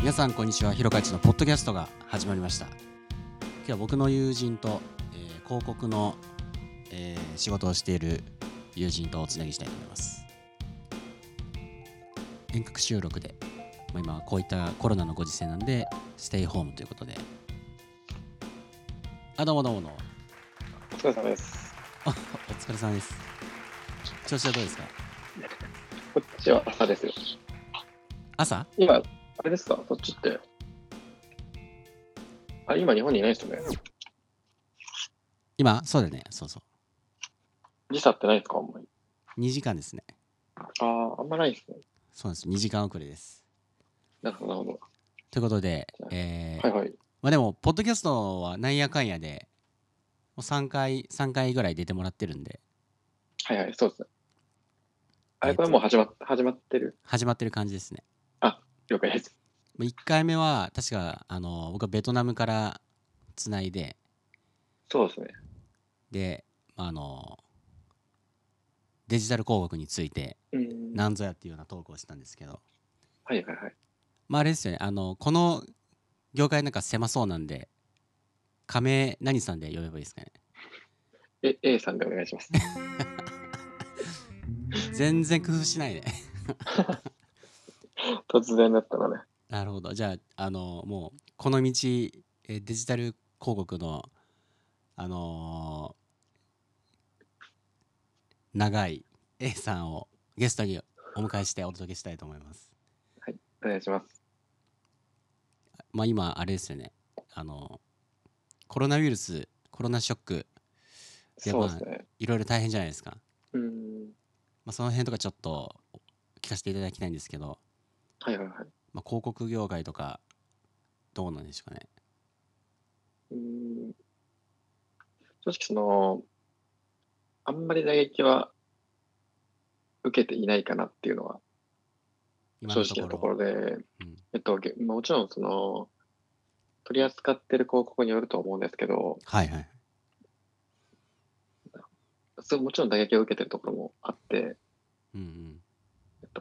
皆さんこんにちはひろかいちのポッドキャストが始まりました今日は僕の友人と、えー広告の、えー仕事をしている友人とおつなぎしたいと思います遠隔収録で、まあ、今はこういったコロナのご時世なんでステイホームということであどうもどうもどうもお疲れ様です。お疲れ様です調子はどうですかこっちは朝ですよ。朝今、あれですかこっちって。あ、今日本にいないですよね。今そうだよねそうそう時差ってないですかあんまり。 2時間ですねああ、あんまないですね。そうなんです2時間遅れですなるほど、なるほということで、えーど。はいはい。まあでもポッドキャストはなんやかんやでもう3回3回ぐらい出てもらってるんではいはい、そうですね。あえっれ、とこれもう始まっ始まってる。始まってる感じですね了解です。もう1回目は確かあの僕はベトナムからつないでそうですね。で、まあ、あのデジタル広告についてうん。何ぞやっていうようなトークをしたんですけど、はいはいはい。まあ、あれですよねあのこの業界なんか狭そうなんで亀何さんで呼べばいいですかねえ、A さんでお願いします。全然工夫しないで 突然だったのね。なるほどじゃああのもうこの道えーデジタル広告のあのー長い A さんをゲストにお迎えしてお届けしたいと思いますお願いします。まあ今あれですよねあのコロナウイルスコロナショックやそうですね。いろいろ大変じゃないですか、うん。まあ、その辺とかちょっと聞かせていただきたいんですけど、はいはいはい。まあ、広告業界とかどうなんでしょうかねうーん正直その、あんまり打撃は受けていないかなっていうのは今正のと直こなろところで、うんえっと、げもちろんその、取り扱ってる広告によると思うんですけど、はいはいそうもちろん打撃を受けてるところもあって、うんうんえっと、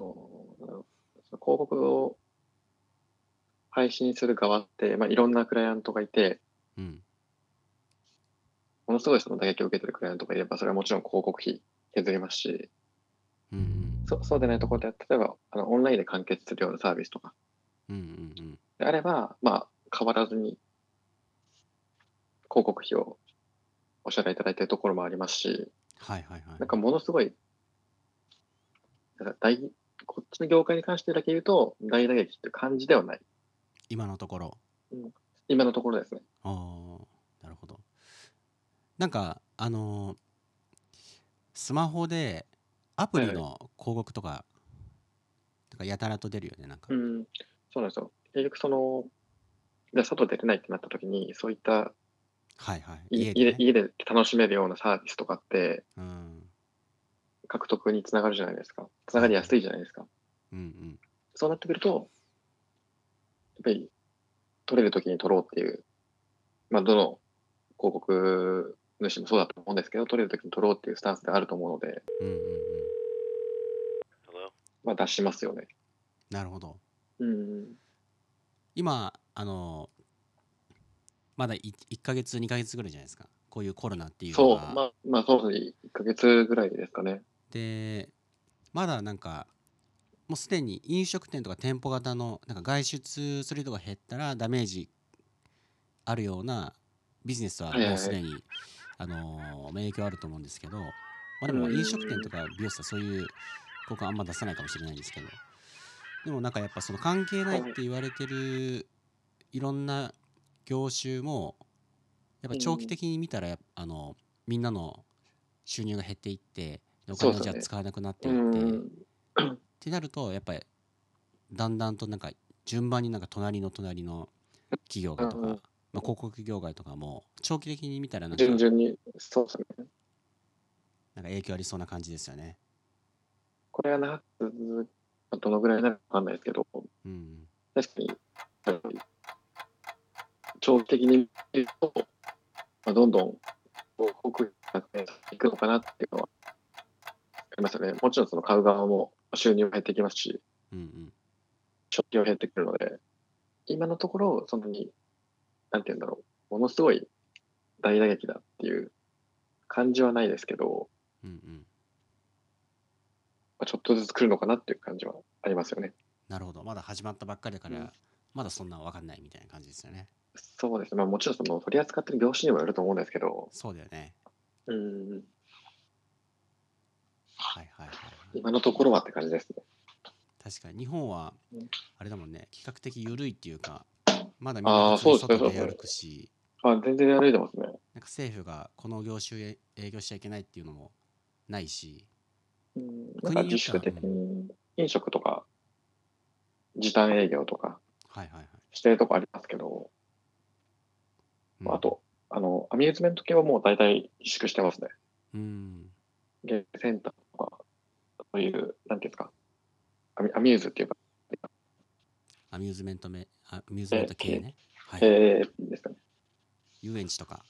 その広告を配信する側って、まあ、いろんなクライアントがいて、うんものすごいその打撃を受けてるクライアントがいれば、それはもちろん広告費削りますし、うんうんそうそうでないところで、例えばあのオンラインで完結するようなサービスとかうんうんうんであれば、まあ、変わらずに広告費をお支払いいただいているところもありますし、はいはいはいなんかものすごい、なんか大こっちの業界に関してだけ言うと、大打撃っていう感じではない、今のところ今のところですね。ああなるほどなんかあのースマホでアプリの広告とかなんかやたらと出るよねなんかうん、そうなんですよ。結局、その、じゃあ外出れないってなった時に、そういったはいはいい家で家でね家で楽しめるようなサービスとかって、うん獲得につながるじゃないですか。つながりやすいじゃないですか。うんうんそうなってくると、やっぱり取れるときに取ろうっていう、まあ、どの広告主もそうだと思うんですけど、取れるときに取ろうっていうスタンスであると思うので、うんうんうんまあ、出しますよね。なるほどうん。今あのーまだ1か月2か月ぐらいじゃないですかこういうコロナっていうのそう、がまあ、まあ、そうですね。1ヶ月ぐらいですかね。でまだなんかもうすでに飲食店とか店舗型のなんか外出する人が減ったらダメージあるようなビジネスははいはいもはういすでに、あのー影響あると思うんですけど、まあ、でもうん飲食店とか美容室はそういう僕はあんま出さないかもしれないんですけどでもなんかやっぱその関係ないって言われてるいろんな業種もやっぱ長期的に見たらやっぱあのみんなの収入が減っていってお金そをうじだゃあね使わなくなってういって、っん。てなるとやっぱりだんだんとなんか順番になんか隣の隣の企業がとか、うんうんまあ、広告業界とかも長期的に見たらなんか順々に、そうですね。なんか影響ありそうな感じですよね。これはな、続くどのぐらいになるかわかんないですけど、うん、確かに、やっぱり長期的に見ると、まあ、どんどん広告が増えていくのかなっていうのはありますよね。もちろんその買う側も収入が減ってきますし、うんうん消費が減ってくるので、今のところ、そんなに、なんて言うんだろう、ものすごい大打撃だっていう感じはないですけど、うんうんまあちょっとずつ来るのかなっていう感じはありますよね。なるほどまだ始まったばっかりだから、うんまだそんなわかんないみたいな感じですよねそうですね。まあもちろんその取り扱ってる業種にもよると思うんですけど、そうだよねうん、はいはいはい今のところはって感じですね。確かに日本はうんあれだもんね比較的緩いっていうかまだみんあなー普通にそうです外でねそうですね歩くしあ、全然歩いてますね。なんか政府がこの業種へ営業しちゃいけないっていうのもないしうん、なんか国によ自っては粛的に飲食とか、時短営業とか、はいはいはい、してるとこありますけど、うんまああと、あの、アミューズメント系はもう大体自粛してますね。うんゲームセンターとか、そういう、なんていうんですか、アミアミューズっていうか、アミューズメントめアミューズメント系ね、はいえー、ですかね。遊園地とか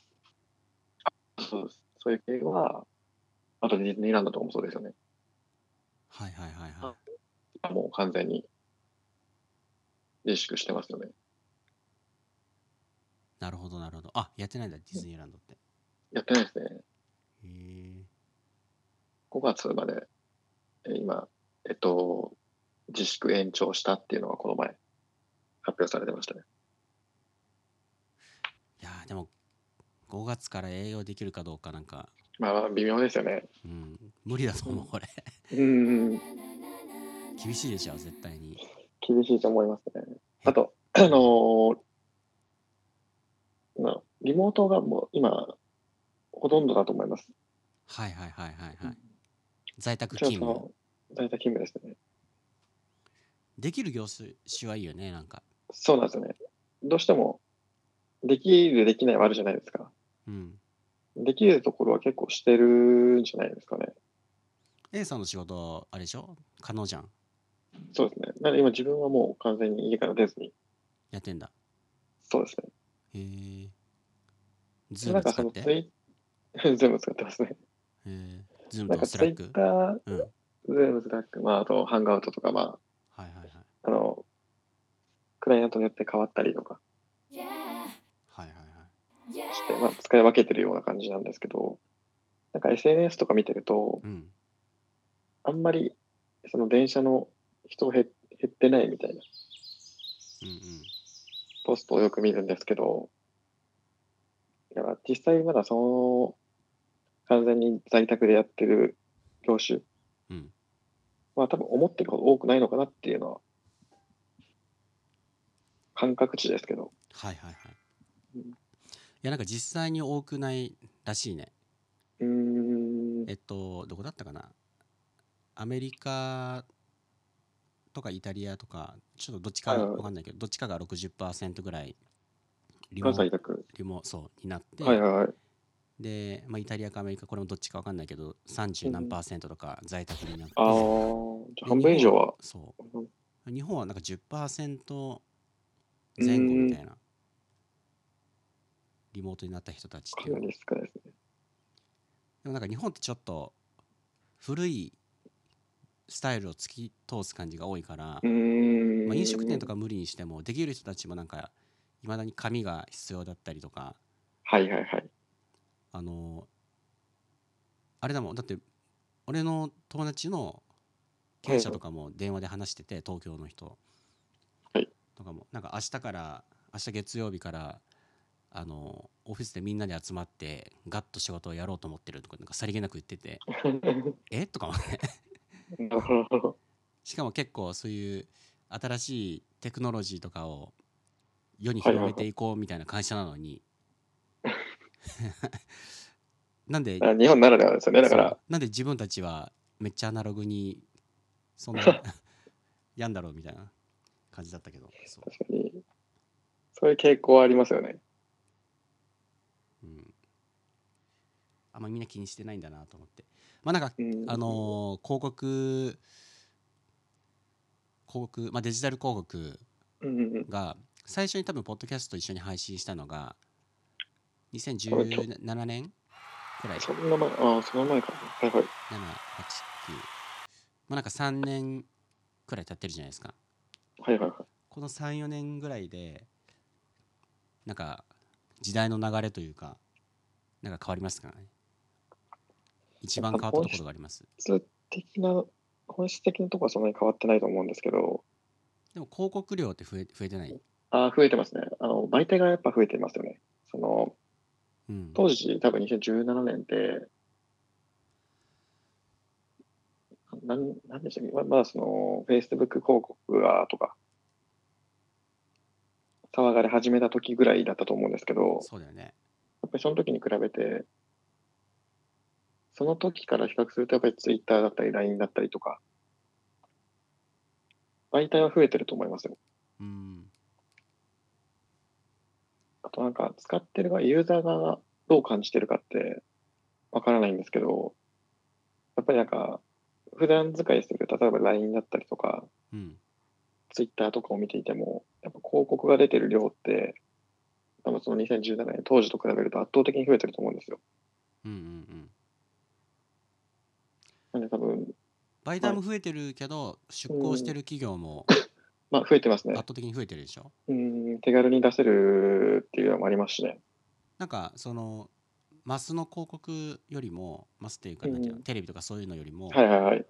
そうです。そういう系は、あとディズニーランドとかもそうですよね。はいはいはいはあもう完全に自粛してますよね。いなるほどなるほどあやってないんだディズニーランドってやってないですね。へえ5月まで、えー今、えっと、自粛延長したっていうのがこの前、発表されてましたね。いやーでも5月から営業できるかどうかなんか、まあ、微妙ですよね。うん、無理だと思ううんこれ うん、厳しいでしょ絶対に厳しいと思いますね。あと、あのーなリモートがもう今、ほとんどだと思います。はいはいはいはいはい在宅じゃあ、勤そ務の、在宅勤務ですね。できる業種はいいよねなんかそうなんですよね。どうしても、できる、できないはあるじゃないですか。うんできるところは結構してるんじゃないですかね。 A さんの仕事あれでしょ可能じゃんそうですね。なので今自分はもう完全に家から出ずに、やってんだそうですね。へえズでーなムんかそ使のっツてイ ズーム使ってますね。へーズームなんとかスツラッイックター、うんはいズーム、スラック、まああとハンガーウットとか、まあはいはいあの、クライアントによって変わったりとかはいはいはいして、まあ、使い分けてるような感じなんですけど、なんか SNS とか見てると、うんあんまりその電車の人減減ってないみたいなうんうんポストをよく見るんですけど、だから実際まだその、完全に在宅でやってる業種うんまあ多分思ってるほど多くないのかなっていうのは、感覚値ですけど。はいはいはいうんいやなんか実際に多くないらしいねうーん。えっと、どこだったかなアメリカとかイタリアとか、ちょっとどっちかはいはいわかんないけど、どっちかが60%ぐらいリモ関西宅。リモそうになって、はいはいはい。で、まあ、イタリアかアメリカ、これもどっちかわかんないけど、30何パーセントとか在宅になって、ああ、じゃあ半分以上は。そうんう。日本はなんか10%前後みたいな、リモートになった人たちっかていうなのはり少ないですね。でもなんか日本ってちょっと古いスタイルを突き通す感じが多いからう、ーん。まあ、飲食店と。か無理にしてもできる人たちもなんかいまだに紙が必要だったりとかはいはいはい。 あのあれだもんだって俺の友達の経営者とかも電話で話してて東京の人はいとかもなんか明日から明日月曜日からあのオフィスでみんなで集まってガッと仕事をやろうと思ってるとかなんかさりげなく言って てえとかもなるほど。 しかも結構そういう新しいテクノロジーとかを世にはいは広いはめいていこうみたいな会社なのに なんでだから日本ならではですよね。だかそらう、なんで自分たちはめっちゃアナログにそん なやんだろうみたいな感じだったけどそ確かに、そういう傾向はありますよね。う、うん、あんまみんな気にしてないんだなと思ってまあなんかうんあ、のー広告広告、まあ、デジタル広告うんうんうん。が最初に多分ポッドキャストと一緒に配信したのが2017年くらいそんな前、ああ、その前か。はいは789い。まあなんか3年くらい経ってるじゃないですかはいはいはい。この34年ぐらいでなんか時代の流れというかなんか変わりますかね一番変わったところがあります質的な、本質的なところはそんなに変わってないと思うんですけど、でも広告量って増え増えてない、ああ、増えてますね。あの、媒体がやっぱ増えてますよね。その、うん、当時、多分2017年って、なん、なんでしたっけままだその、Facebook 広告が、とか、騒がれ始めた時ぐらいだったと思うんですけど、そうだよねやっぱりその時に比べて、その時から比較すると、やっぱりツイッターだったり、LINE だったりとか、媒体は増えてると思いますよ。うんあとなんか、使ってる側、ユーザーがどう感じてるかって、わからないんですけど、やっぱりなんか、普段使いしてる、例えば LINE だったりとか、うんツイッターとかを見ていても、やっぱ広告が出てる量って、多分その2017年当時と比べると圧倒的に増えてると思うんですよ。うんうんうんなんで多分、媒体も増えてるけど出向してる企業もまあ増えてますね圧。倒的に増えてるでしょうん、手軽に出せるっていうのもありますしね。なんかそのマスの広告よりもマスっていうかうんなんていうのテレビとかそういうのよりも、はいはいはい。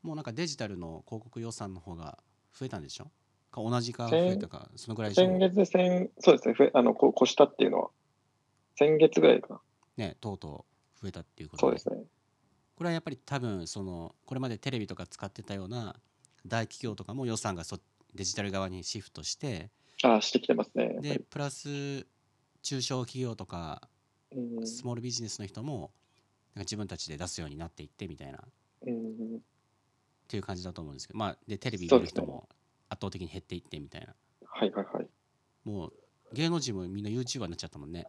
もうなんかデジタルの広告予算の方が増えたんでしょか同じか増えたかそのぐらいでし先ょ月で先、そうですね、ふえあのこ越したっていうのは、先月ぐらいかな。ねとうとう増えたっていうことそうでですね。これはやっぱり多分そのこれまでテレビとか使ってたような大企業とかも予算がそデジタル側にシフトしてああ、してきてますね。やっぱでりプラス中小企業とかうんスモールビジネスの人もなんか自分たちで出すようになっていってみたいなっうん、ていう感じだと思うんですけどまあでテレビそ見うるですね人も圧倒的に減っていってみたいなはいはいはい。 もう芸能人もみんな YouTuber になっちゃったもんね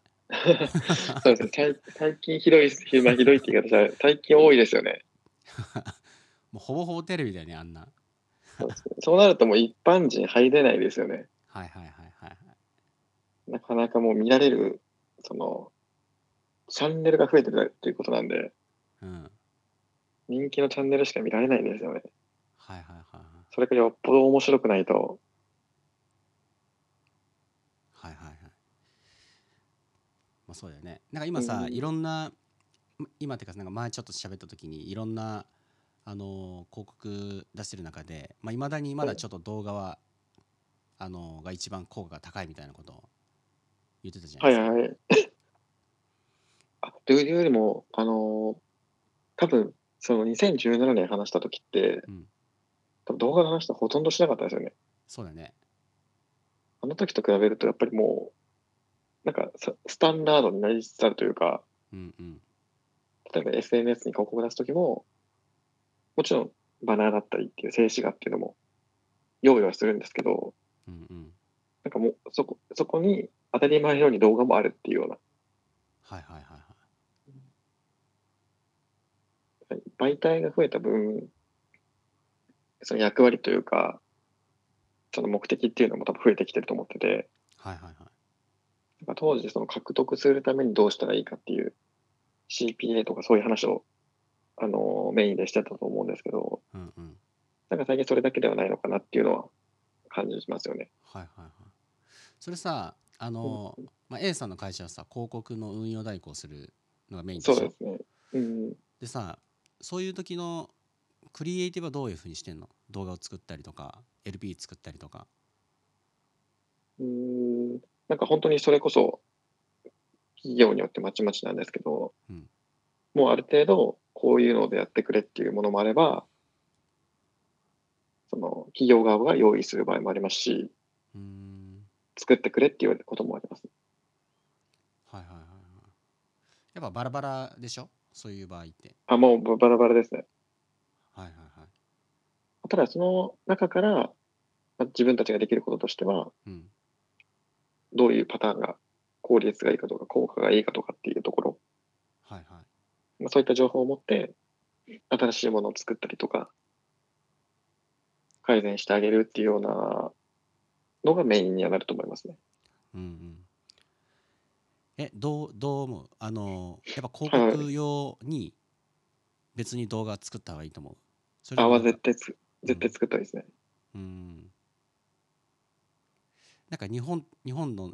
そうです ね、最最近ひどいっす、まあひどいって言い方したら、最近多いですよね。 もうほぼほぼテレビだよねあんなそうですねそうなるともう一般人入れないですよね。はいはいはいはいはいなかなかもう見られる、その、チャンネルが増えてるっていうことなんで、うんはい人気のチャンネルしか見られないんですよね。はいはいはいそれがよっぽど面白くないと、はいはいはいまあそうだよねなんか今さ、うんいろんな今っていうかなんか前ちょっと喋った時にいろんなあのー広告出してる中でまあ、未だにまだちょっと動画はあのーが一番効果が高いみたいなことを言ってたじゃなはいいですか、はいはい。あというよりも、あのー多分その2017年話した時って、うん多分動画の話とほとんどしなかったですよね。そうだねあの時と比べると、やっぱりもう、なんかさスタンダードになりつつあるというか、うんうん例えば SNS に広告出す時も、もちろんバナーだったりっていう静止画っていうのも用意はするんですけど、うんうんなんかもうそこそこに当たり前のように動画もあるっていうようなはいはいはいはい媒体が増えた分、その役割というか、その目的っていうのも多分増えてきてると思ってて、はいはいはいまあ当時その獲得するためにどうしたらいいかっていう CPA とかそういう話を、あのメインでしてたと思うんですけど、うんうんなんか最近それだけではないのかなっていうのは感じますよね。はいはいはいそれさあのーまあ、A さんの会社はさ広告の運用代行するのがメインでしそょうですね。うん、でさそういう時のクリエイティブはどういうふうにしてんの動画を作ったりとか LP 作ったりとかうん、なんか本当にそれこそ企業によってまちまちなんですけど、うんもうある程度こういうのでやってくれっていうものもあれば、その企業側が用意する場合もありますし、うーん作ってくれっていうこともあります。はいはいはいはいやっぱバラバラでしょそういう場合ってあ、もうバラバラですね。はいはいはいただその中からまあ自分たちができることとしては、うんどういうパターンが効率がいいかとか効果がいいかとかっていうところ、はいはいまあ、そういった情報を持って、新しいものを作ったりとか、改善してあげるっていうようなのがメインにはなると思いますね。うんうんえどうどう思うあのやっぱ広はい告用に別に動画作った方がいいと思うそれとあもはなん絶か対つ、絶対作ったらいいですね。うんなんか日本日本の、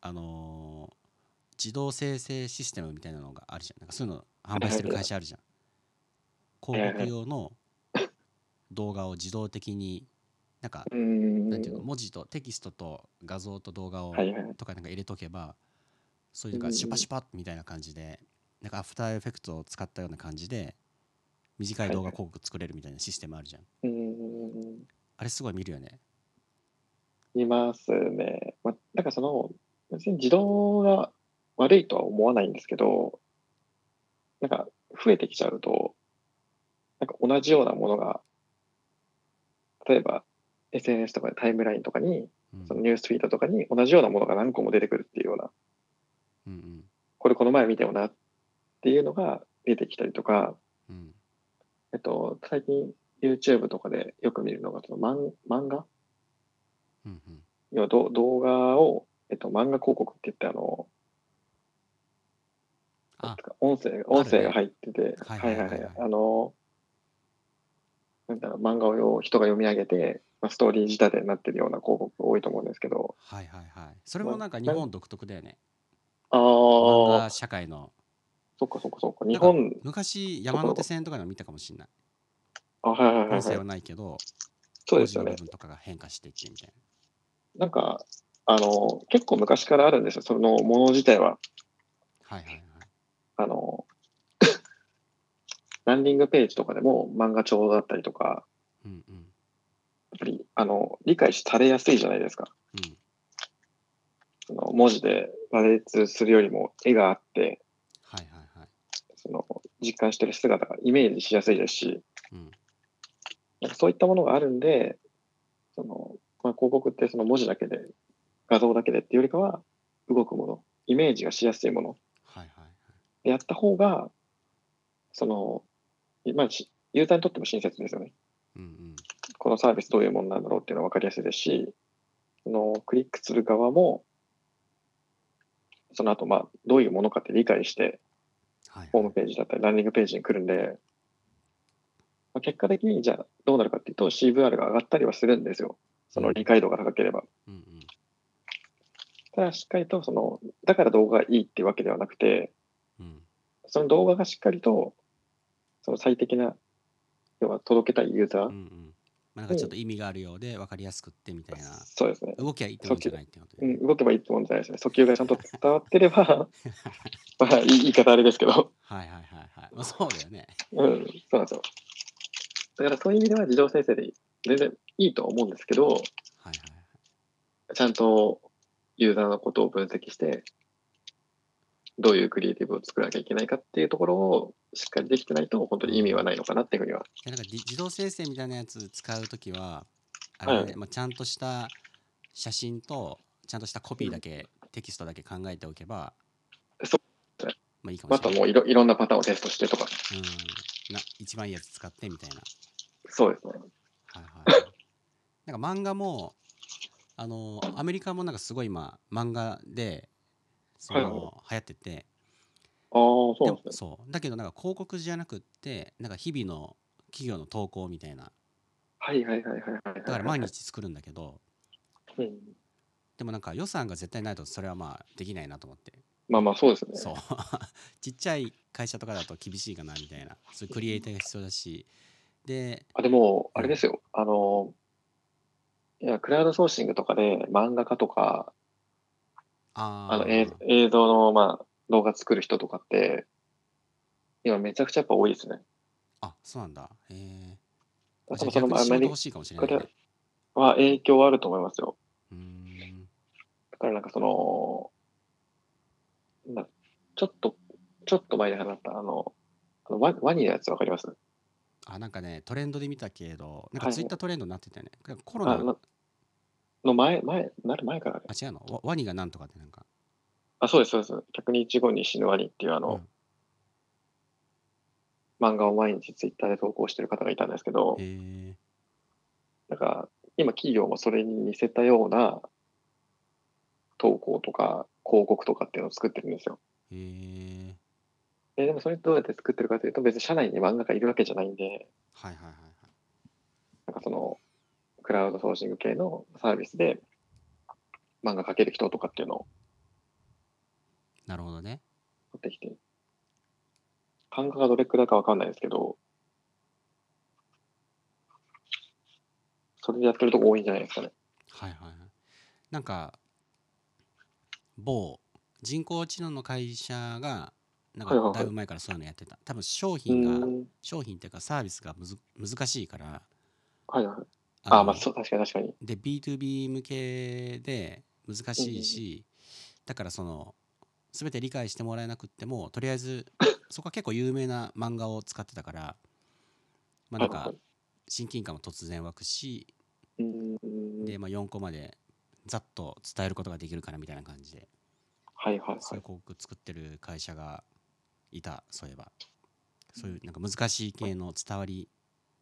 あのー自動生成システムみたいなのがあるじゃんなんかそういうの販売してる会社あるじゃん広告用の動画を自動的になんかうん。なんていうの文字とテキストと画像と動画をはいはい。とかなんか入れとけばそういうなんかうんシュパシュパみたいな感じでなんかアフターエフェクトを使ったような感じで短い動画広告作れるみたいなシステムあるじゃんうん。あれすごい見るよねいますね。まあ、なんかその、別に自動が悪いとは思わないんですけど、なんか増えてきちゃうと、なんか同じようなものが、例えば SNS とかでタイムラインとかに、うんそのニュースフィードとかに同じようなものが何個も出てくるっていうような、うんこれこの前見たよなっていうのが出てきたりとか、うんうんえっと、最近 YouTube とかでよく見るのが、その漫漫画うんうん要はど動画を、えっと、漫画広告って言ってあの、あ音声、音声が入ってて、ははいいははいはいいははいい。あの、なんだろう、漫画をよ人が読み上げて、まあ、ストーリー仕立てになってるような広告が多いと思うんですけど、はいはいはいそれもなんか日本独特だよねああ、漫画社会のそっかそっかそっか、日本、昔山手線とかの見たかもしれないあ、はいはいはい、音声はいは。ないけどそうですよ文字のね部。分とかが変化していってみたいなんか、あの、結構昔からあるんですよ、そのもの自体は。なはいはいはいあの、 ランディングページとかでも漫画帳だったりとか、うんうんやっぱり、あの、理解されやすいじゃないですか。うんその文字で羅列するよりも絵があってはいはいはいその実感してる姿がイメージしやすいですしうんなんかそういったものがあるんでその、まあ、広告ってその文字だけで画像だけでっていうよりかは動くものイメージがしやすいものはいはいはいでやった方がその、まあ、しユーザーにとっても親切ですよねうんうんこのサービスどういうものなんだろうっていうのは分かりやすいですしそのクリックする側もその後まあどういうものかって理解してはいホはーいムページだったり、ランディングページに来るんで、まあ、結果的にじゃあどうなるかっていうと CVR が上がったりはするんですよ。その理解度が高ければ。うんうんただしっかりと、その、だから動画がいいっていうわけではなくて、うんその動画がしっかりと、その最適な、要は届けたいユーザー、うんうんまあなんかちょっと意味があるようで分かりやすくってみたいなそうですね。動きゃいいってもんじゃないってことで、うん、動けばいいってもんじゃないですね。訴求がちゃんと伝わってれば、 まあ、い言い方あれですけど、はいはいはいはい、まあ、そうだよねうん、そうなんですよ。だからそういう意味では自動生成で全然いいとは思うんですけど、はいはいはいちゃんとユーザーのことを分析して、どういうクリエイティブを作らなきゃいけないかっていうところをしっかりできてないと、本当に意味はないのかなっていうふうには。でなんかじ自動生成みたいなやつ使うときはあれだね、うまあ、ちゃんとした写真とちゃんとしたコピーだけ、テキストだけ考えておけばそまあいいかもあしれとない、もういろいろんなパターンをテストしてとか、うんな一番いいやつ使ってみたいなそうですね。はいはい はいなんか漫画もあのアメリカもなんかすごい今漫画でその、はいはい流行っててああ、そうでなんもですね。そうだけどなんか広告じゃなくってなんか日々の企業の投稿みたいなはいはいはいはいはいはい。だから毎日作るんだけどうん。でもなんか予算が絶対ないとそれはまあできないなと思ってまあまあそうですね。そう ちっちゃい会社とかだと厳しいかなみたいなそういうクリエイターが必要だしであ、でも、あれですよ。あの、いや、クラウドソーシングとかで漫画家とか、あーあの映映像の、まあ、動画作る人とかって、今めちゃくちゃやっぱ多いですね。あそうなんだへえだじかゃあ逆にらそのア仕メ事リ欲しいかもしれない、ね、カは影響はあると思いますよ。うーんだからなんかその、なちょっと、ちょっと前に話った、あの、あのワワニのやつわかりますあなんかねトレンドで見たけどなんはかいツイッタートレンドになってたよね、なんかコロナあのの前、前、なる前からね。あ違うのワワニがなんとかってなんかあ、そうです、そうです。100日後に死ぬワニっていうあの、漫画を毎日ツイッターで投稿してる方がいたんですけどへ、えなんか今企業もそれに似せたような投稿とか広告とかっていうのを作ってるんですよ。へえででもそれどうやって作ってるかというと別に社内に漫画家いるわけじゃないんで、はいはいはいはいなんかその、クラウドソーシング系のサービスで、漫画描ける人とかっていうのをなるほどね。持ってきて、感覚がどれくらいかわかんないですけど、それでやってるとこ多いんじゃないですかね。はいはいはい。なんか某人工知能の会社がなんはいはいはかだいいぶ前からそういうのやってた。多分商う品がん。商品っていうかサービスがむず難しいから。はいはい。のああ、まあそう、確かに確かに。で B2B 向けで難しいし、だからその全て理解してもらえなくってもとりあえ ずそこは結構有名な漫画を使ってたからまあなんはいはかい親近感も突然湧くしうん。でまあ4個までざっと伝えることができるかなみたいな感じではいはいそうはい。い広う告作ってる会社がいたそういえばそういうなんか難しい系の伝わり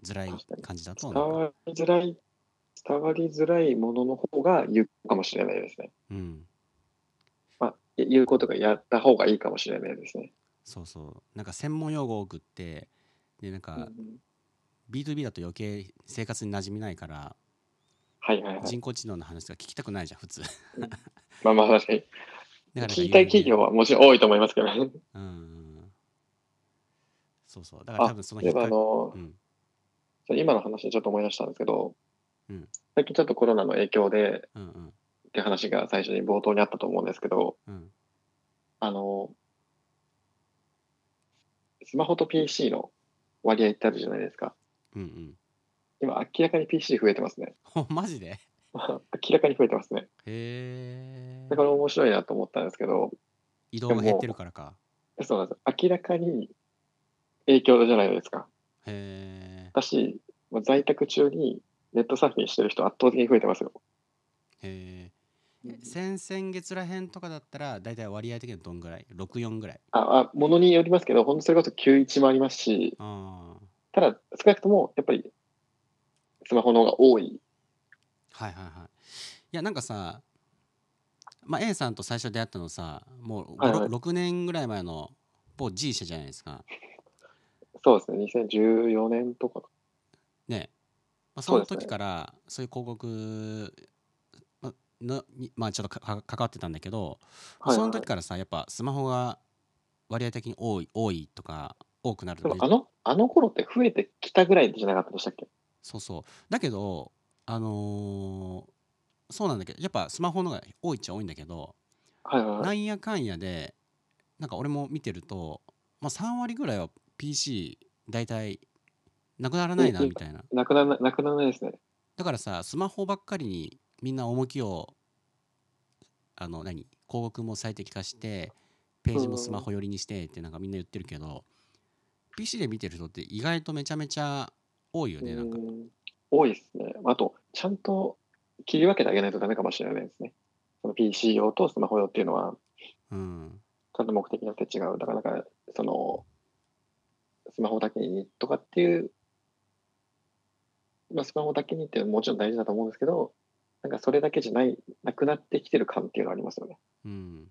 づらい感じだと伝なんかわりづらい、伝わりづらいものの方が有効かもしれないですね。うんまあ、有効とかやった方がいいかもしれないですね。そうそうなんか専門用語多くってでなんかうん B2B だと余計生活に馴染みないからはいはいはい。人工知能の話とか聞きたくないじゃん普 通だかまあまあ確かに。ら聞いたい企業はもちろん多いと思いますけどね。うんうんそうそうだから多分その例えばあかのう、んその今の話でちょっと思い出したんですけど、うん最近ちょっとコロナの影響でうんうんって話が最初に冒頭にあったと思うんですけど、うんあの、スマホと PC の割合ってあるじゃないですか。うんうん今明らかに PC 増えてますね。 ほマジでへ明らかに増えてますね。えだから面白いなと思ったんですけど、移動が減ってるからかそうなんです。明らかに影響じゃないですか。へえ私、まあ在宅中にネットサーフィンしてる人圧倒的に増えてますよ。へえ先々月らへんとかだったら大体割合的にはどんぐらい64ぐらいああ、ものによりますけど、本当それこそ91もありますし、ああただ少なくともやっぱりスマホの方が多い。はいはいはいいやなんかさ、まあ、A さんと最初出会ったのさもう、はいはいごろく 6, 年ぐらい前の某 G 社じゃないですかそうですね、2014年とかか。ねまあ、そそうのですね時からそういう広告まのに、まあ、ちょっとかか関わってたんだけど、まあはいそはいの時からさやっぱスマホが割合的に多い多いとか多くなるでもであの、あの頃って増えてきたぐらいじゃなかったでしたっけそうそうだけどあのーそうなんだけどやっぱスマホの方が多いっちゃ多いんだけどはいはいなはい。んやかんやでなんか俺も見てると、まあ、3割ぐらいは PC 大体なくならないなうんうんみたいななくならな、なくならないですね。だからさスマホばっかりにみんな重きをあの何広告も最適化してページもスマホ寄りにしてってなんかみんな言ってるけど PC で見てる人って意外とめちゃめちゃ多いよねなんかうん多いですね。あと、ちゃんと切り分けてあげないとダメかもしれないですね。その PC 用とスマホ用っていうのは、うんちゃんと目的によって違う。だから、なんか、その、スマホだけにとかっていう、まあ、スマホだけにっていうのももちろん大事だと思うんですけど、なんかそれだけじゃない、なくなってきてる感っていうのはありますよね。うん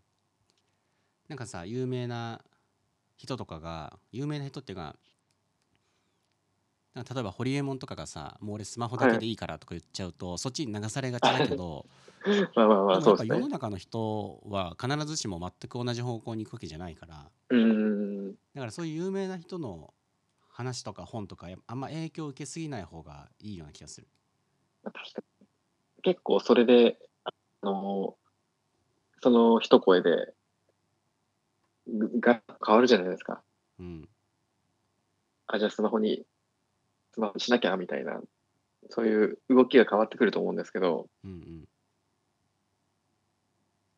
なんかさ有名な人とかが有名な人っていうかなんか例えばホリエモンとかがさもう俺スマホだけでいいからとか言っちゃうと、そっちに流されがちだけどまあまあでまもあ、やそっうぱです世ねの。中の人は必ずしも全く同じ方向に行くわけじゃないからうーん。だからそういう有名な人の話とか本とかやあんま影響を受けすぎない方がいいような気がする。確かに。結構それで、あの、その一声で、ぐが変わるじゃないですか。うん、あ、じゃあスマホに、スマホにしなきゃみたいな、そういう動きが変わってくると思うんですけど、うん、うん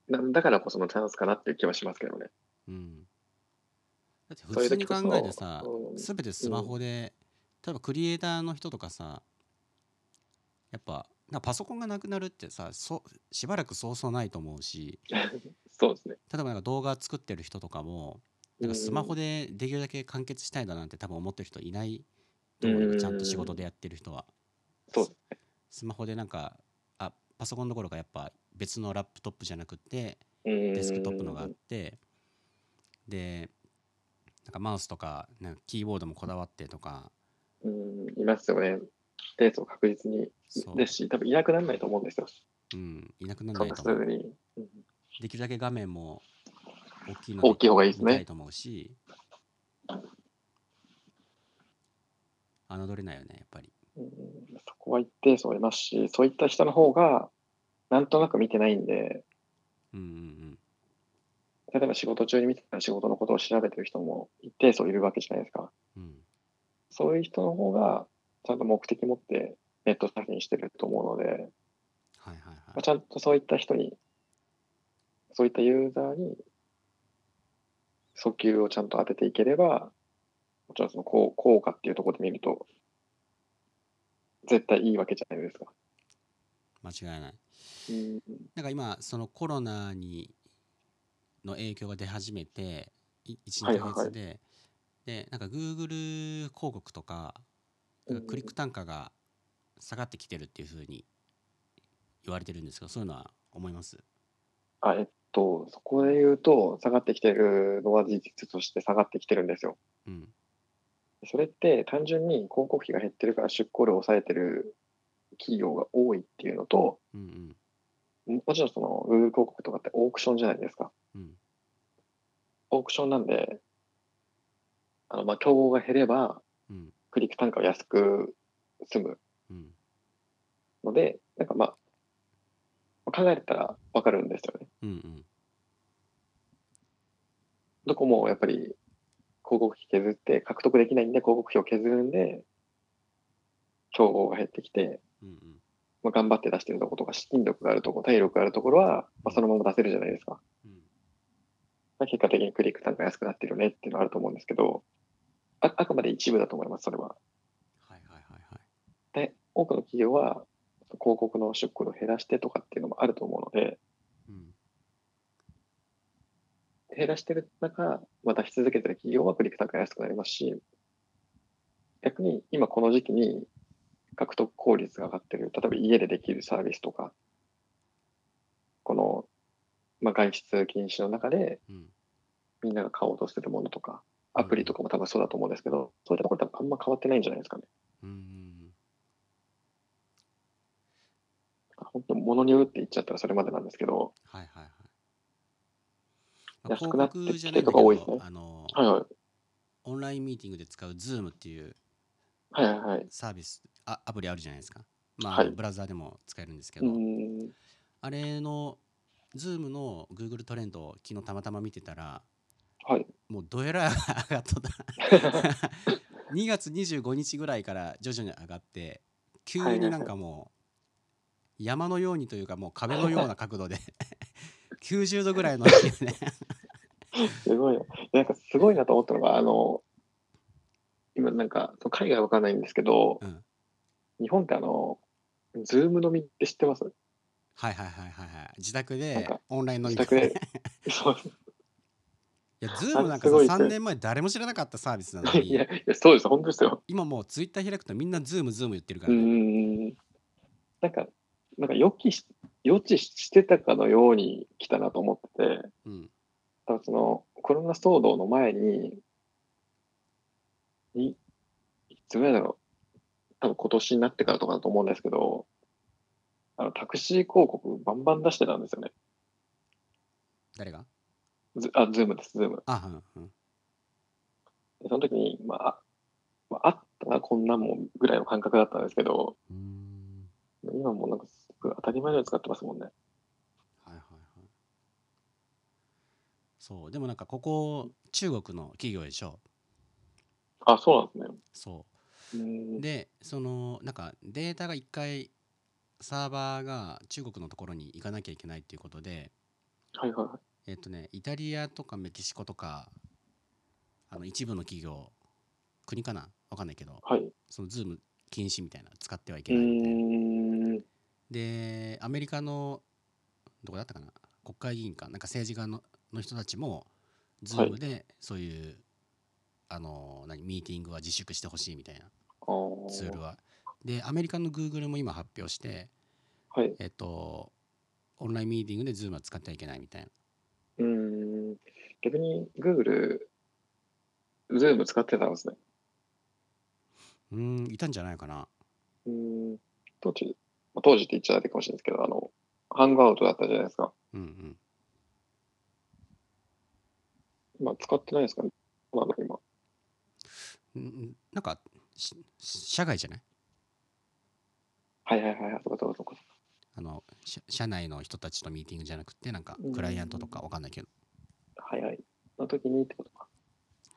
なだからこそのチャンスかなっていう気はしますけどね。うんだってそ普ういう通に時考こそえてさうん全てスマホで、例えばクリエイターの人とかさやっぱなんかパソコンがなくなるってさそしばらくそうそうないと思うしそうですね。例えばなんか動画作ってる人とかもなんかスマホで。でできるだけ完結したいだなんて多分思ってる人いないと思うようんちゃんと仕事でやってる人はそうですスマホでなんかあパソコンどころかやっぱ別のラップトップじゃなくてね。デスクトップのがあってでなんかマウスとかなんかキーボードもこだわってとかうん、いますよね。デートを確実にそうですし、多分いなくならないと思うんですよ。うん、いなくならなそんいなかすもぐに、うんできるだけ画面も大きいの大きい方がいいです見たいね。と思うし侮れないよねやっぱりうん、そこは一定数いますし、そういった人の方が、なんとなく見てないんで、うんうん例えば仕事中に見てた仕事のことを調べてる人も一定数いるわけじゃないですか。うんうんそういう人の方が、ちゃんと目的持ってネット先にしてると思うので、はいはいはまあ、いちゃんとそういった人に、そういったユーザーに、訴求をちゃんと当てていければ、もちろんその効効果っていうところで見ると、絶対いいわけじゃないですか。間違いないうん、なんか今そのコロナにの影響が出始めてはい12はいヶ月で、でなんか Google 広告とかなんかクリック単価が下がってきてるっていうふうに言われてるんですけどそういうのは思いますあ、えっと、そこで言うと、下がってきてるのは事実として下がってきてるんですよ。うんそれって単純に広告費が減ってるから出向量を抑えてる企業が多いっていうのと、うんうんもちろんその Google 広告とかってオークションじゃないですか。うんオークションなんで、あの、まあ、競合が減れば、うんクリック単価を安く済むうんので、なんかまあ、考えたらわかるんですよね。うんうんどこもやっぱり広告費削って獲得できないんで広告費を削るんで競合が減ってきて、うんうんまあ、頑張って出してるとことか資金力があるとこ体力があるところは、まあ、そのまま出せるじゃないですかうんまあ結果的にクリック単価が安くなってるよねっていうのはあると思うんですけどああくまで一部だと思いますそれははいはいはいはいで多くの企業は広告の出向を減らしてとかっていうのもあると思うのでうん減らしてる中、またし続けてる企業はクリック単価が安くなりますし、逆に今この時期に獲得効率が上がってる、例えば家でできるサービスとか、この、まあ、外出禁止の中でうんみんなが買おうとしてるものとか、アプリとかも多分そうだと思うんですけど、そういったところってあんま変わってないんじゃないですかね。うんうん本当物によるって言っちゃったらそれまでなんですけど、はいはいはい安くなって広告きじゃなてるいんだけとか多いですどねあのはいはい。オンラインミーティングで使う Zoom っていうはいはいはい。サービスあアプリあるじゃないですかまあ、はいブラウザーでも使えるんですけうど、ん。あれの Zoom の Google トレンドを昨日たまたま見てたらはい。もうどえらい上がっとった 2月25日ぐらいから徐々に上がって急になんかもう山のようにというかもう壁のような角 度で90度ぐらいのねすごいよ。なんかすごいなと思ったのが、あの、今なんか、その海外はわかんないんですけど、うん日本ってあの、ズーム飲みって知ってますはいはいはいはいはい自宅なんでかオンライン飲み自会宅 で。そういや Zoom なんかすさごいですね3年前誰も知らなかったサービスなのいや、にいやそうです、本当ですよ。今もう Twitter 開くとみんな Zoom Zoom 言ってるかうらねん。なんか、なんか予期し、予知してたかのように来たなと思ってて、うん多分その、コロナ騒動の前に、い、いつぐらいだろう。多分今年になってからとかだと思うんですけど、あの、タクシー広告バンバン出してたんですよね。誰がズあ、ズームです、ズーム。あうんうんでその時に、まあ、あまあ、あったな、こんなもんぐらいの感覚だったんですけど、うーん今もうなんかすごい当たり前のように使ってますもんね。はいはいはいそうでもなんかここ中国の企業でしょあ、そうなんでそすね。う。うんでそのなんかデータが一回サーバーが中国のところに行かなきゃいけないっていうことではいはいはい。えっとねイタリアとかメキシコとかあの一部の企業国かなわかんないけどはい。そのズーム禁止みたいな使ってはいうけー。ないみたいなんでアメリカのどこだったかな国会議員かなんか政治家のの人たちもズームでそういう、あの何ミーティングは自粛してほしいみたいなあーツールはでアメリカの Google も今発表してはい。えっとオンラインミーティングでズームは使ってはいけないみたいなうん。逆に Google、Zoom 使ってたんですね。うーんいたんじゃないかなうん。当時、まあ、当時って言っちゃあれかもしれないですけど、あの、ハングアウトだったじゃないですか。うんうん。今使ってないですかね。どうなの今。うんうんなんか、し社外じゃないはいはいはいはい。そうかそうかそうか。あの社社内の人たちとミーティングじゃなくて、なんかクライアントとかわかんないけど、はいはい。の時にってことか。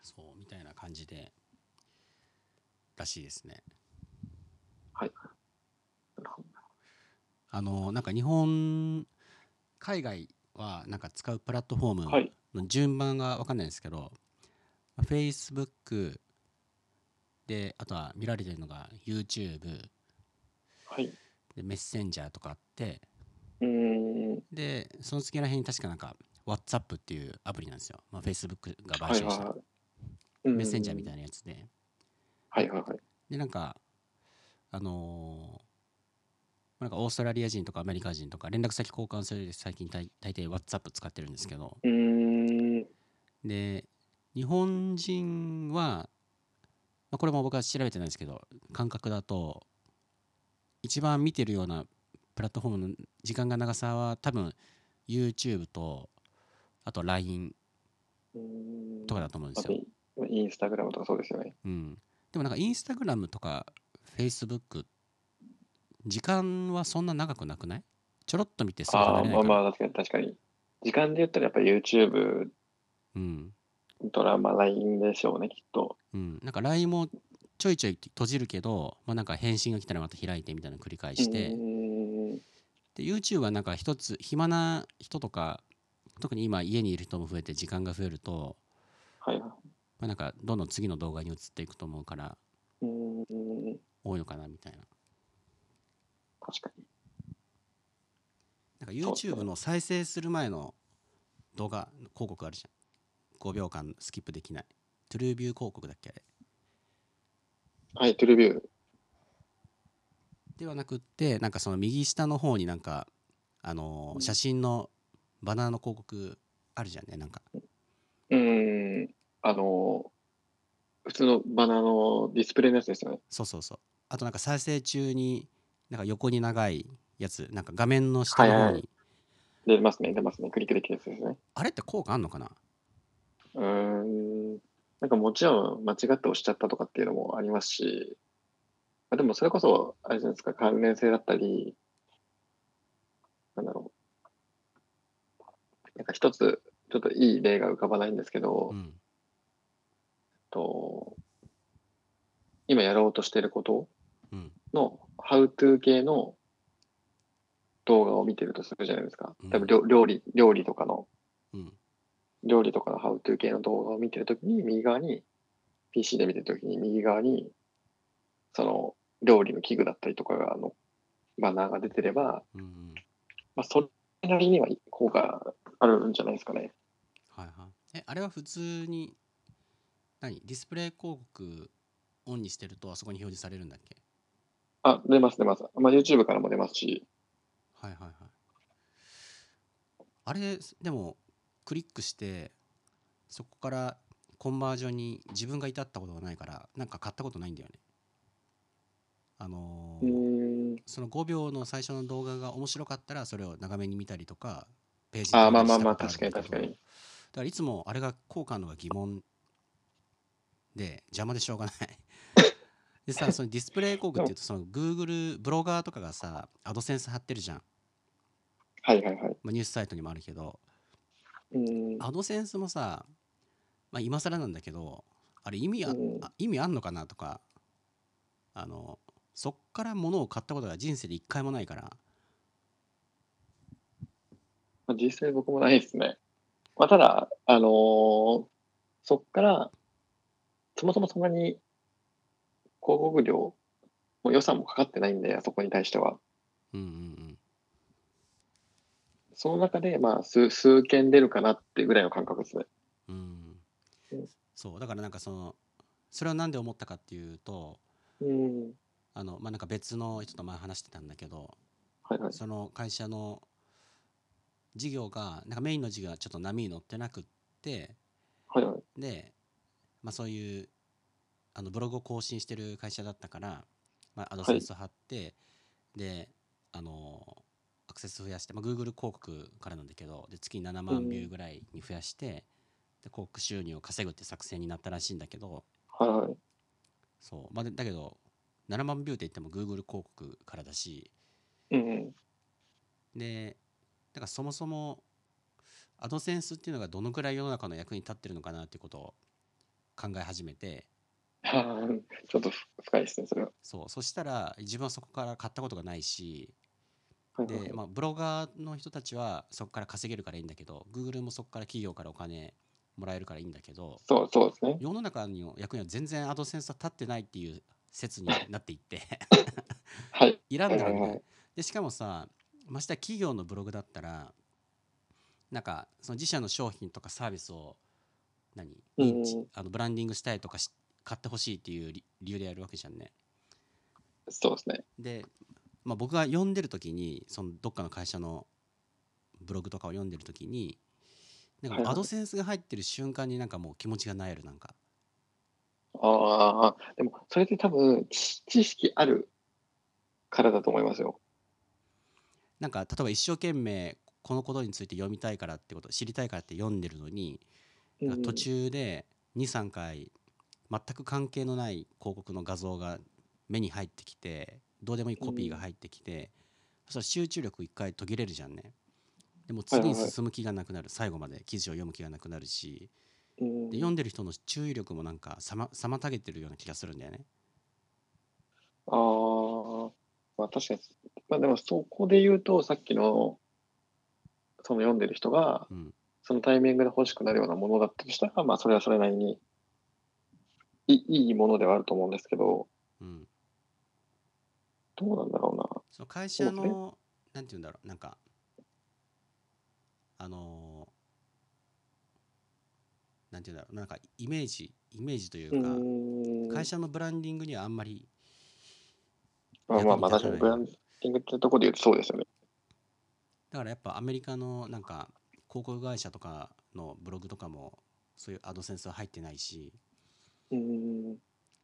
そうみたいな感じで、らしいですね。はい。なるほどあのなんか日本海外はなんか使うプラットフォーはいムの順番が分かんないんですけど、Facebook であとは見られてるのが YouTube はい。でメッセンジャーとかあってうーん。でその次らへんに確かなんか WhatsApp っていうアプリなんですよ、まあ、Facebook が買はい収はいした、はい。メッセンジャーみたいいなやつではいはいはい。でなんかあのーなんかオーストラリア人とかアメリカ人とか連絡先交換するより最近大大抵 WhatsApp 使ってるんですけど、うーん。で日本人は、まあ、これも僕は調べてないんですけど感覚だと一番見てるようなプラットフォームの時間が長さは多分 YouTube とあと LINE うーんとかだと思うんであすとよ、インインスタグラムとかそうですよね。うん、でもなんか Instagram とか Facebook 時間はそんな長くなくないちょろっと見てすぐあ離あ、れないまあから、まあ、確かに確かに。時間で言ったらやっぱ YouTube、うんドラマ、LINE でしょうね、きっと。うん、なんか LINE もちょいちょい閉じるけど、まあ、なんか返信が来たらまた開いてみたいなの繰り返して、うーんで YouTube はなんか一つ暇な人とか特に今家にいる人も増えて時間が増えると、はいはい。まあ、なんかどんどん次の動画に移っていくと思うからうーん。多いのかなみたいな確かに。なんかそうですね YouTube の再生する前の動画広告あるじゃん5秒間スキップできないトゥルービュー広告だっけあれはい、トゥルビュー。ではなくってなんかその右下の方になんかあのーうん写真のバナーの広告あるじゃんねなんかうーん。あの、普通のバナーのディスプレイのやつですよね。そうそうそうあとなんか再生中になんか横に長いやつなんか画面の下の方に、はいはい出ますね、出ますね。クリックできるやつですね。あれって効果あんのかなうーん。なんかもちろん間違って押しちゃったとかっていうのもありますし、まあでもそれこそ、あれじゃないですか、関連性だったり、なんだろう。なんか一つ、ちょっといい例が浮かばないんですけど、うんと今やろうとしてることうんの How to 系の動画を見てるとするじゃないですかうん。多分料料理、料理とかの、うん料理とかの How to 系の動画を見てるときに、右側に、PC で見てるときに、右側に、その、料理の器具だったりとかが、あの、バナーが出てれば、うんうんまあ、それなりには効果あるんじゃないですかね。はいはいえあれは普通に何ディスプレイ広告オンにしてるとあそこに表示されるんだっけあ、出ます出ます。まあ、YouTube からも出ますし、はいはいはいあれでもクリックしてそこからコンバージョンに自分が至ったことがないからなんか買ったことないんだよねあのうーーん。その5秒の最初の動画が面白かったらそれを長めに見たりとかページにあーまあ飛んまだりあまあ、し確たかにことあるけ確かどに。だからいつもあれが効果あるのが疑問で邪魔でしょう がないでさそのディスプレイ広告っていうとその Google ブロガーとかがさアドセンス貼ってるじゃん、はいはいはい。まあ、ニュースサイトにもあるけどうーん。アドセンスもさ、まあ、今更なんだけどあれ意味あ,、うんあ意味あんのかなとかあのそっから物を買ったことが人生で一回もないからまあ実際僕もないですね。まあ、ただ、あのーそっから、そもそもそんなに広告料、もう予算もかかってないんで、あそこに対しては。うんうんうんその中で、まあ、数数件出るかなっていうぐらいの感覚ですね。うんうんそうだからなんかそのそれをなんで思ったかっていうとうん。あのまあなんか別の人と前話してたんだけどはいはい。その会社の事業がなんかメインの事業がちょっと波に乗ってなくってはいはい。で、まあ、そういうあのブログを更新してる会社だったから、まあ、アドセンスを貼って、であのアクセス増やして、まあ、Google 広告からなんだけどで月に7万ビューぐらいに増やして、で広告収入を稼ぐって作戦になったらしいんだけどはいはい。そう、まあ、でだけど7万ビューって言っても Google 広告からだしうんうん。でだからそもそもアドセンスっていうのがどのくらい世の中の役に立ってるのかなっていうことを考え始めてはい ちょっと深いですね、それは。そうそしたら自分はそこから買ったことがないしはいはいで、まあ、ブロガーの人たちはそこから稼げるからいいんだけど Google もそこから企業からお金もらえるからいいんだけどそうそうですね。世の中の役には全然アドセンスは立ってないっていう説になっていってはい。選んだらはいはいはねいでしかもさましてや企業のブログだったらなんかその自社の商品とかサービスを何うん認知あのブランディングしたいとかし買ってほしいっていう理理由でやるわけじゃんね。そうですね。で、まあ、僕が読んでる時にそのどっかの会社のブログとかを読んでる時になんかもうはいはいアドセンスが入ってる瞬間になんかもう気持ちがなえるなんかああ、でも、それって多分、知知識あるからだと思いますよ。なんか例えば一生懸命このことについて読みたいからってこと知りたいからって読んでるのにうんうん途中で23回全く関係のない広告の画像が目に入ってきてどうでもいいコピーが入ってきて、そしたら集中力一回途切れるじゃんねでも次に進む気がなくなる、最後まで記事を読む気がなくなるしうんで読んでる人の注意力もなんかさま妨げてるような気がするんだよねああ、まあ確かに。まあでもそこで言うと、さっきの、その読んでる人が、うんそのタイミングで欲しくなるようなものだったとしたら、まあそれはそれなりにいいいものではあると思うんですけど、うんどうなんだろその会社そうですのなんて言うんだろうなんかあのーなんて言うんだろうなんかイメージイメージといううかな。うーん会社のブランディングにはあんまりまあまあまあ役確に立かにたなブラいンディングってとこで言うとそうですよね。だからやっぱアメリカのなんか広告会社とかのブログとかもそういうアドセンスは入ってないしうーん。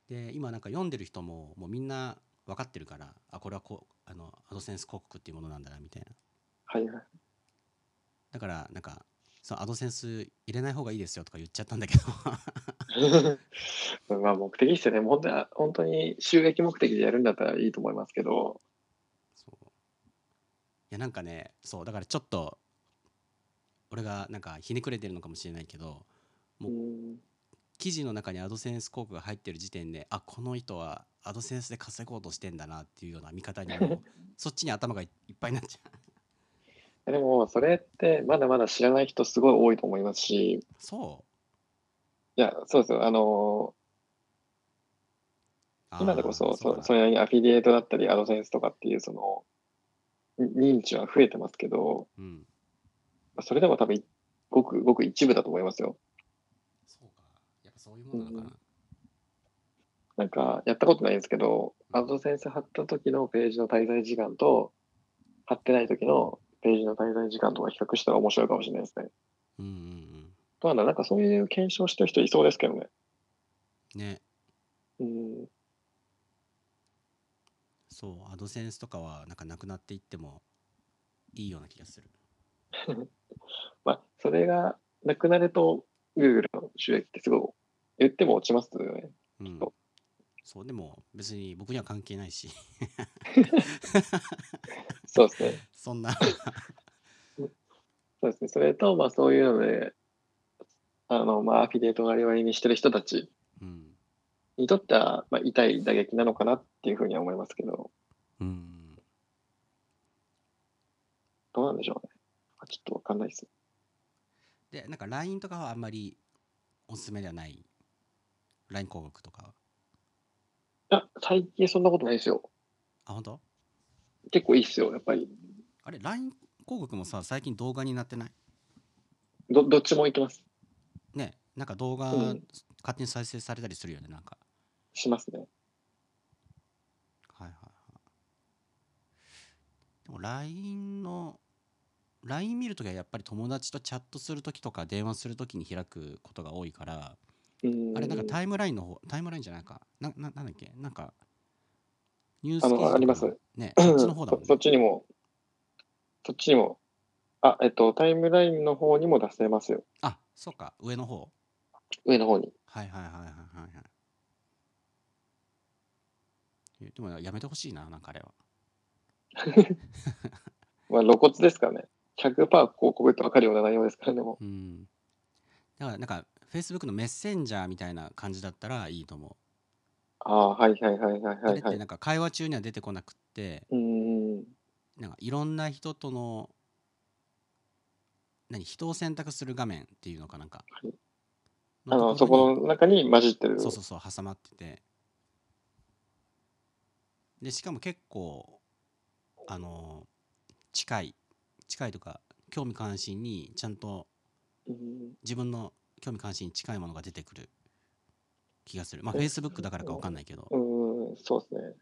で今なんか読んでる人ももうみんな分かってるからあこれはこうあのアドセンス広告っていうものなんだなみたいなはいはい。 だからなんかそのアドセンス入れない方がいいですよとか言っちゃったんだけどまあ目的ですよね。本当は本当に収益目的でやるんだったらいいと思いますけど、そういやなんかねそうだからちょっと俺がなんかひねくれてるのかもしれないけどうーん記事の中にアドセンス広告が入ってる時点であこの人はアドセンスで稼ごうとしてんだなっていうような見方に もそっちに頭がいいっぱいになっちゃうでも、それってまだまだ知らない人すごい多いと思いますし、そういや、そうですよ。あの、あー今でこそ、うそかなそれなりにアフィリエイトだったり、アドセンスとかっていう、その、に認知は増えてますけど、うんそれでも多分、ごくごく一部だと思いますよ。そうかやっぱそういうものなのかな、うんなんか、やったことないんですけど、アドセンス貼った時のページの滞在時間と、貼ってない時のページの滞在時間とか比較したら面白いかもしれないですね。うんうんうんどうなんだなんかそういう検証してる人いそうですけどね。ねうん。そうアドセンスとかはなんかなくなっていってもいいような気がするまあ、それがなくなると、Google の収益ってすごい、言っても落ちますよね。うんそうそうでも別に僕には関係ないし そうですね。そん なそうですね。それと、まあ、そういうので、あの、まあ、アフィリエイトを割り割りにしてる人たちうんにとっては、まあ、痛い打撃なのかなっていうふうには思いますけど、うんどうなんでしょうね。あちょっとわかんないです。でなんか LINE とかはあんまりおすすめではない LINE 広告とかはいや、最近そんなことないですよ。あ本当結構いいっすよ、やっぱり。あれ LINE 広告もさ最近動画になってないど、どっちもいけます。ねなんか動画うん勝手に再生されたりするよねなんかしますね。はいはいはいでも LINE の LINE 見るときはやっぱり友達とチャットするときとか電話するときに開くことが多いからうん。あれなんかタイムラインの方タイムラインじゃないかなななんだっけなんかニュースあの記事とかのありますねうんそっちの方だもんそそねっちにもそっちにも、あ、えっと、タイムラインの方にも出せますよ。あそうか上の方上の方に。はいはいはいはいはいはいえでもやめてほしいななんかあれはまあ、露骨ですからね。100%広告と分かるような内容ですからね、もうんだからなんか Facebook のメッセンジャーみたいな感じだったらいいと思う、う。ああ、はいはいはいはいはい、あれっはてい。なんか会話中には出てこなくってうーん。なんかいろんな人との何人を選択する画面っていうのかなんかはいのあの、とそろにこの中に混じってる。そうそうそう挟まっててでしかも結構あの近い近いとか興味関心にちゃんとうーん自分の興味関心に近いものが出てくる気がするまあえ Facebook だからか分かんないけどうーん、そうですね。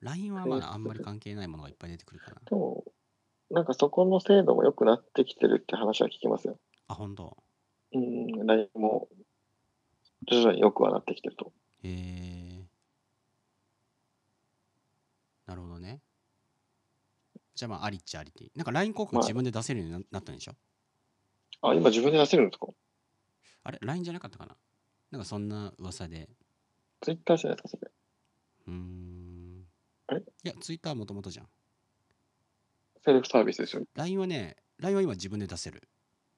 LINE はまだ Facebook あんまり関係ないものがいっぱい出てくるからでも、なんかそこの精度も良くなってきてるって話は聞きますよ。あ本当うん、LINE も徐々に良くはなってきてると。へえなるほどねじゃあまあありっちゃありっていうなんか LINE 広告はい自分で出せるようにななったんでしょあ、今自分で出せるんですかあれ ?LINE じゃなかったかななんかそんな噂で。 ?Twitter じゃないですか、それ。うーんあれ。いや、ツイッターもともとじゃん。セルフサービスですよね。 LINE はね、LINE は今自分で出せるっ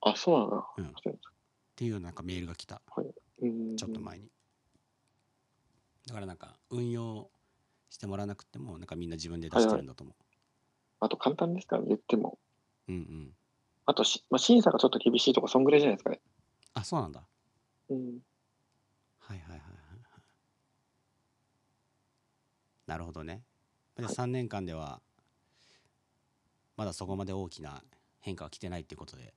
あ、そうなんだ。うんていうようななんかメールが来た。うんちょっと前に。だからなんか運用してもらわなくても、なんかみんな自分で出してるんだと思あと簡単ですから、言っても。う。うんうん。あとし、まあ、審査がちょっと厳しいとか、そんぐらいじゃないですかね。あ、そうなんだ。うん。はいはいはいはいはい。なるほどね。で3年間では、まだそこまで大きな変化は来てないっていうことで。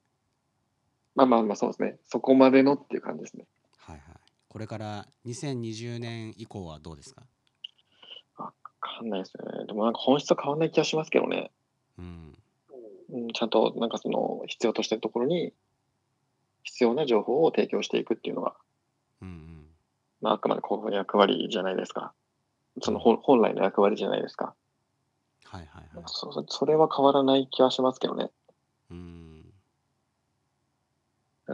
まあまあまあ、そうですね。そこまでのっていう感じですね。はいはい。これから2020年以降はどうですかわかんないですよね。でもなんか本質は変わんない気がしますけどね。うん。うん、ちゃんとなんかその必要としてるところに必要な情報を提供していくっていうのが、うんうん。まあ、あくまで広報の役割じゃないですか。その本本来の役割じゃないですか。はいはいはい。そそそれは変わらない気はしますけどね。うん。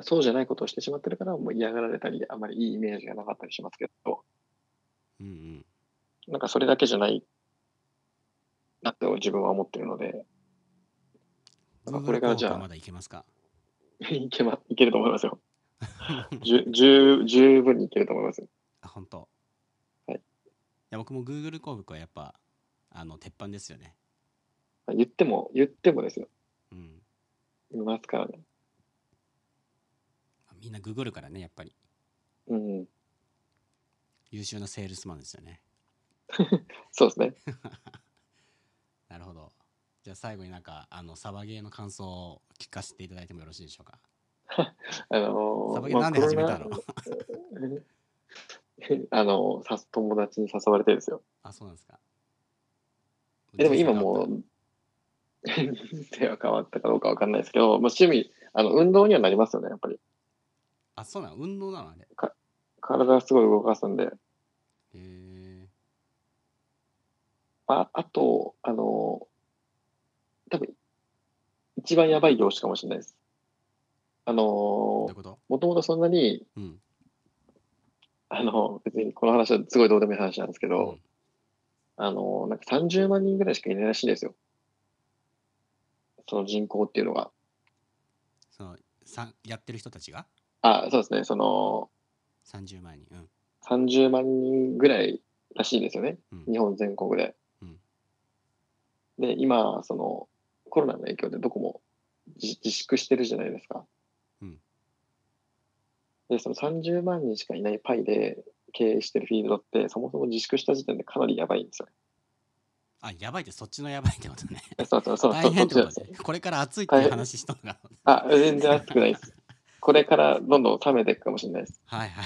そうじゃないことをしてしまってるから、もう嫌がられたり、あまりいいイメージがなかったりしますけど、うんうん。なんかそれだけじゃないなって自分は思ってるので、なんかこれからじ Google 広ゃあ告まだいけますかいけま、いけると思いますよ。じゅ十十分にいけると思います。あ、本当。はいや、僕も Google 広告はやっぱ、あの、鉄板ですよね。言っても、言ってもですよ。うん。いますからね。みんな Google からね、やっぱり。うん。優秀なセールスマンですよね。そうですね。なるほど。じゃあ最後になんか、あの、サバゲーの感想を聞かせていただいてもよろしいでしょうか。あのーサバゲーなんで始めたの、まあコロナ あのさ友達に誘われてですよ。あ、そうなんですか。えでも今も人生う、人生は変わったかどうかわかんないですけど、まあ、趣味、あの運動にはなりますよね、やっぱり。あ、そうなの運動なのあれ。体すごい動かすんで。へえああと、あのー多分、一番やばい業種かもしれないです。あのどういうー、こともともとそんなに、うん。あの別にこの話はすごいどうでもいい話なんですけど、うんあの、なんか30万人ぐらいしかいないらしいですよ。その人口っていうのが。そのさんやってる人たちがあ、そうですね。その、 30万人。うん。 30万人ぐらいらしいですよね。うん日本全国で。うんで、今、その、コロナの影響でどこも自自粛してるじゃないですか。うんで、その30万人しかいないパイで経営してるフィールドって、そもそも自粛した時点でかなりやばいんですよ。あ、やばいって、そっちのやばいってこと ね。そうそうそう。大変ってそこっちなんですとね。これから暑いっていう話したのが。あ、全然熱くないです。これからどんどん冷めていくかもしれないです。はいは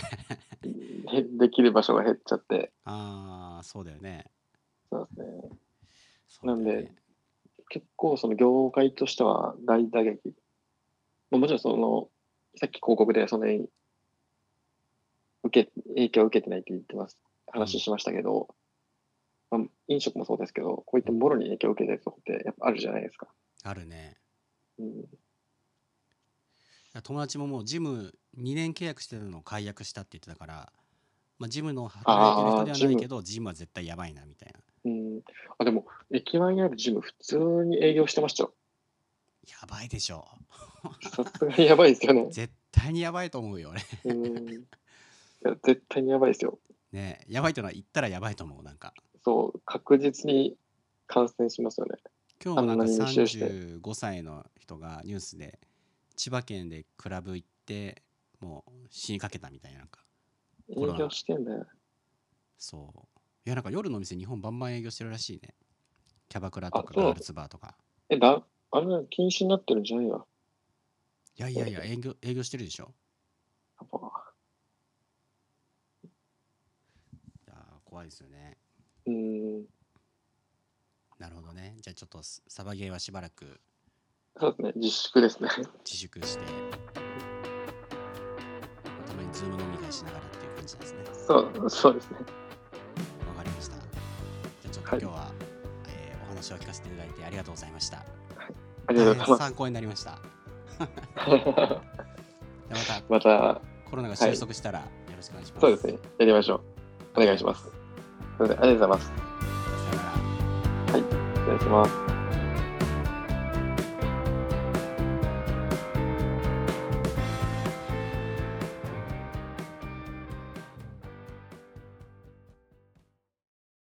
い。へできる場所が減っちゃって。ああ、そうだよね。そうですね。そうだよねなんで結構その業界としては大打撃。まあもちろんその、さっき広告でその影受け影響を受けてないって言ってます。話しましたけど、まあ、飲食もそうですけど、こういったもろに影響を受けてるとこってやっぱあるじゃないですか。あるねうん、友達ももうジム2年契約してるのを解約したって言ってたから、まあ、ジムの働いてる人ではないけどジムは絶対やばいなみたいなうん、あでも、駅前にあるジム、普通に営業してましたよ。やばいでしょ。さすがにやばいですよね絶対にやばいと思うよ俺うん、いや絶対にやばいですよ。ねやばいというのは言ったらやばいと思うなんかそう、確実に感染しますよね。今日もなんかあんなに密集して35歳の人がニュースで千葉県でクラブ行ってもう死にかけたみたいななんか営ほら業してんだよ。そういやなんか夜のお店日本バンバン営業してるらしいねキャバクラとかあそうガールズバーとかえ、だ、あれ禁止になってるんじゃないよ。いやいやいや営業営業してるでしょやっぱいやー怖いですよねうん、なるほどねじゃあちょっとササバゲーはしばらくそうですね、自粛ですね。 自粛してたまにズーム飲み会しながらっていう感じですねそう、そうですね。わかりましたじゃあちょっと今日は、えーお話を聞かせていただいてありがとうございましたありがと大うござい変ます。参考になりました。 でまた また、コロナが収束したらよろしくお願いします。そうですね、やりましょう。お願いします。それではありがとうございます。さよなら。失礼します。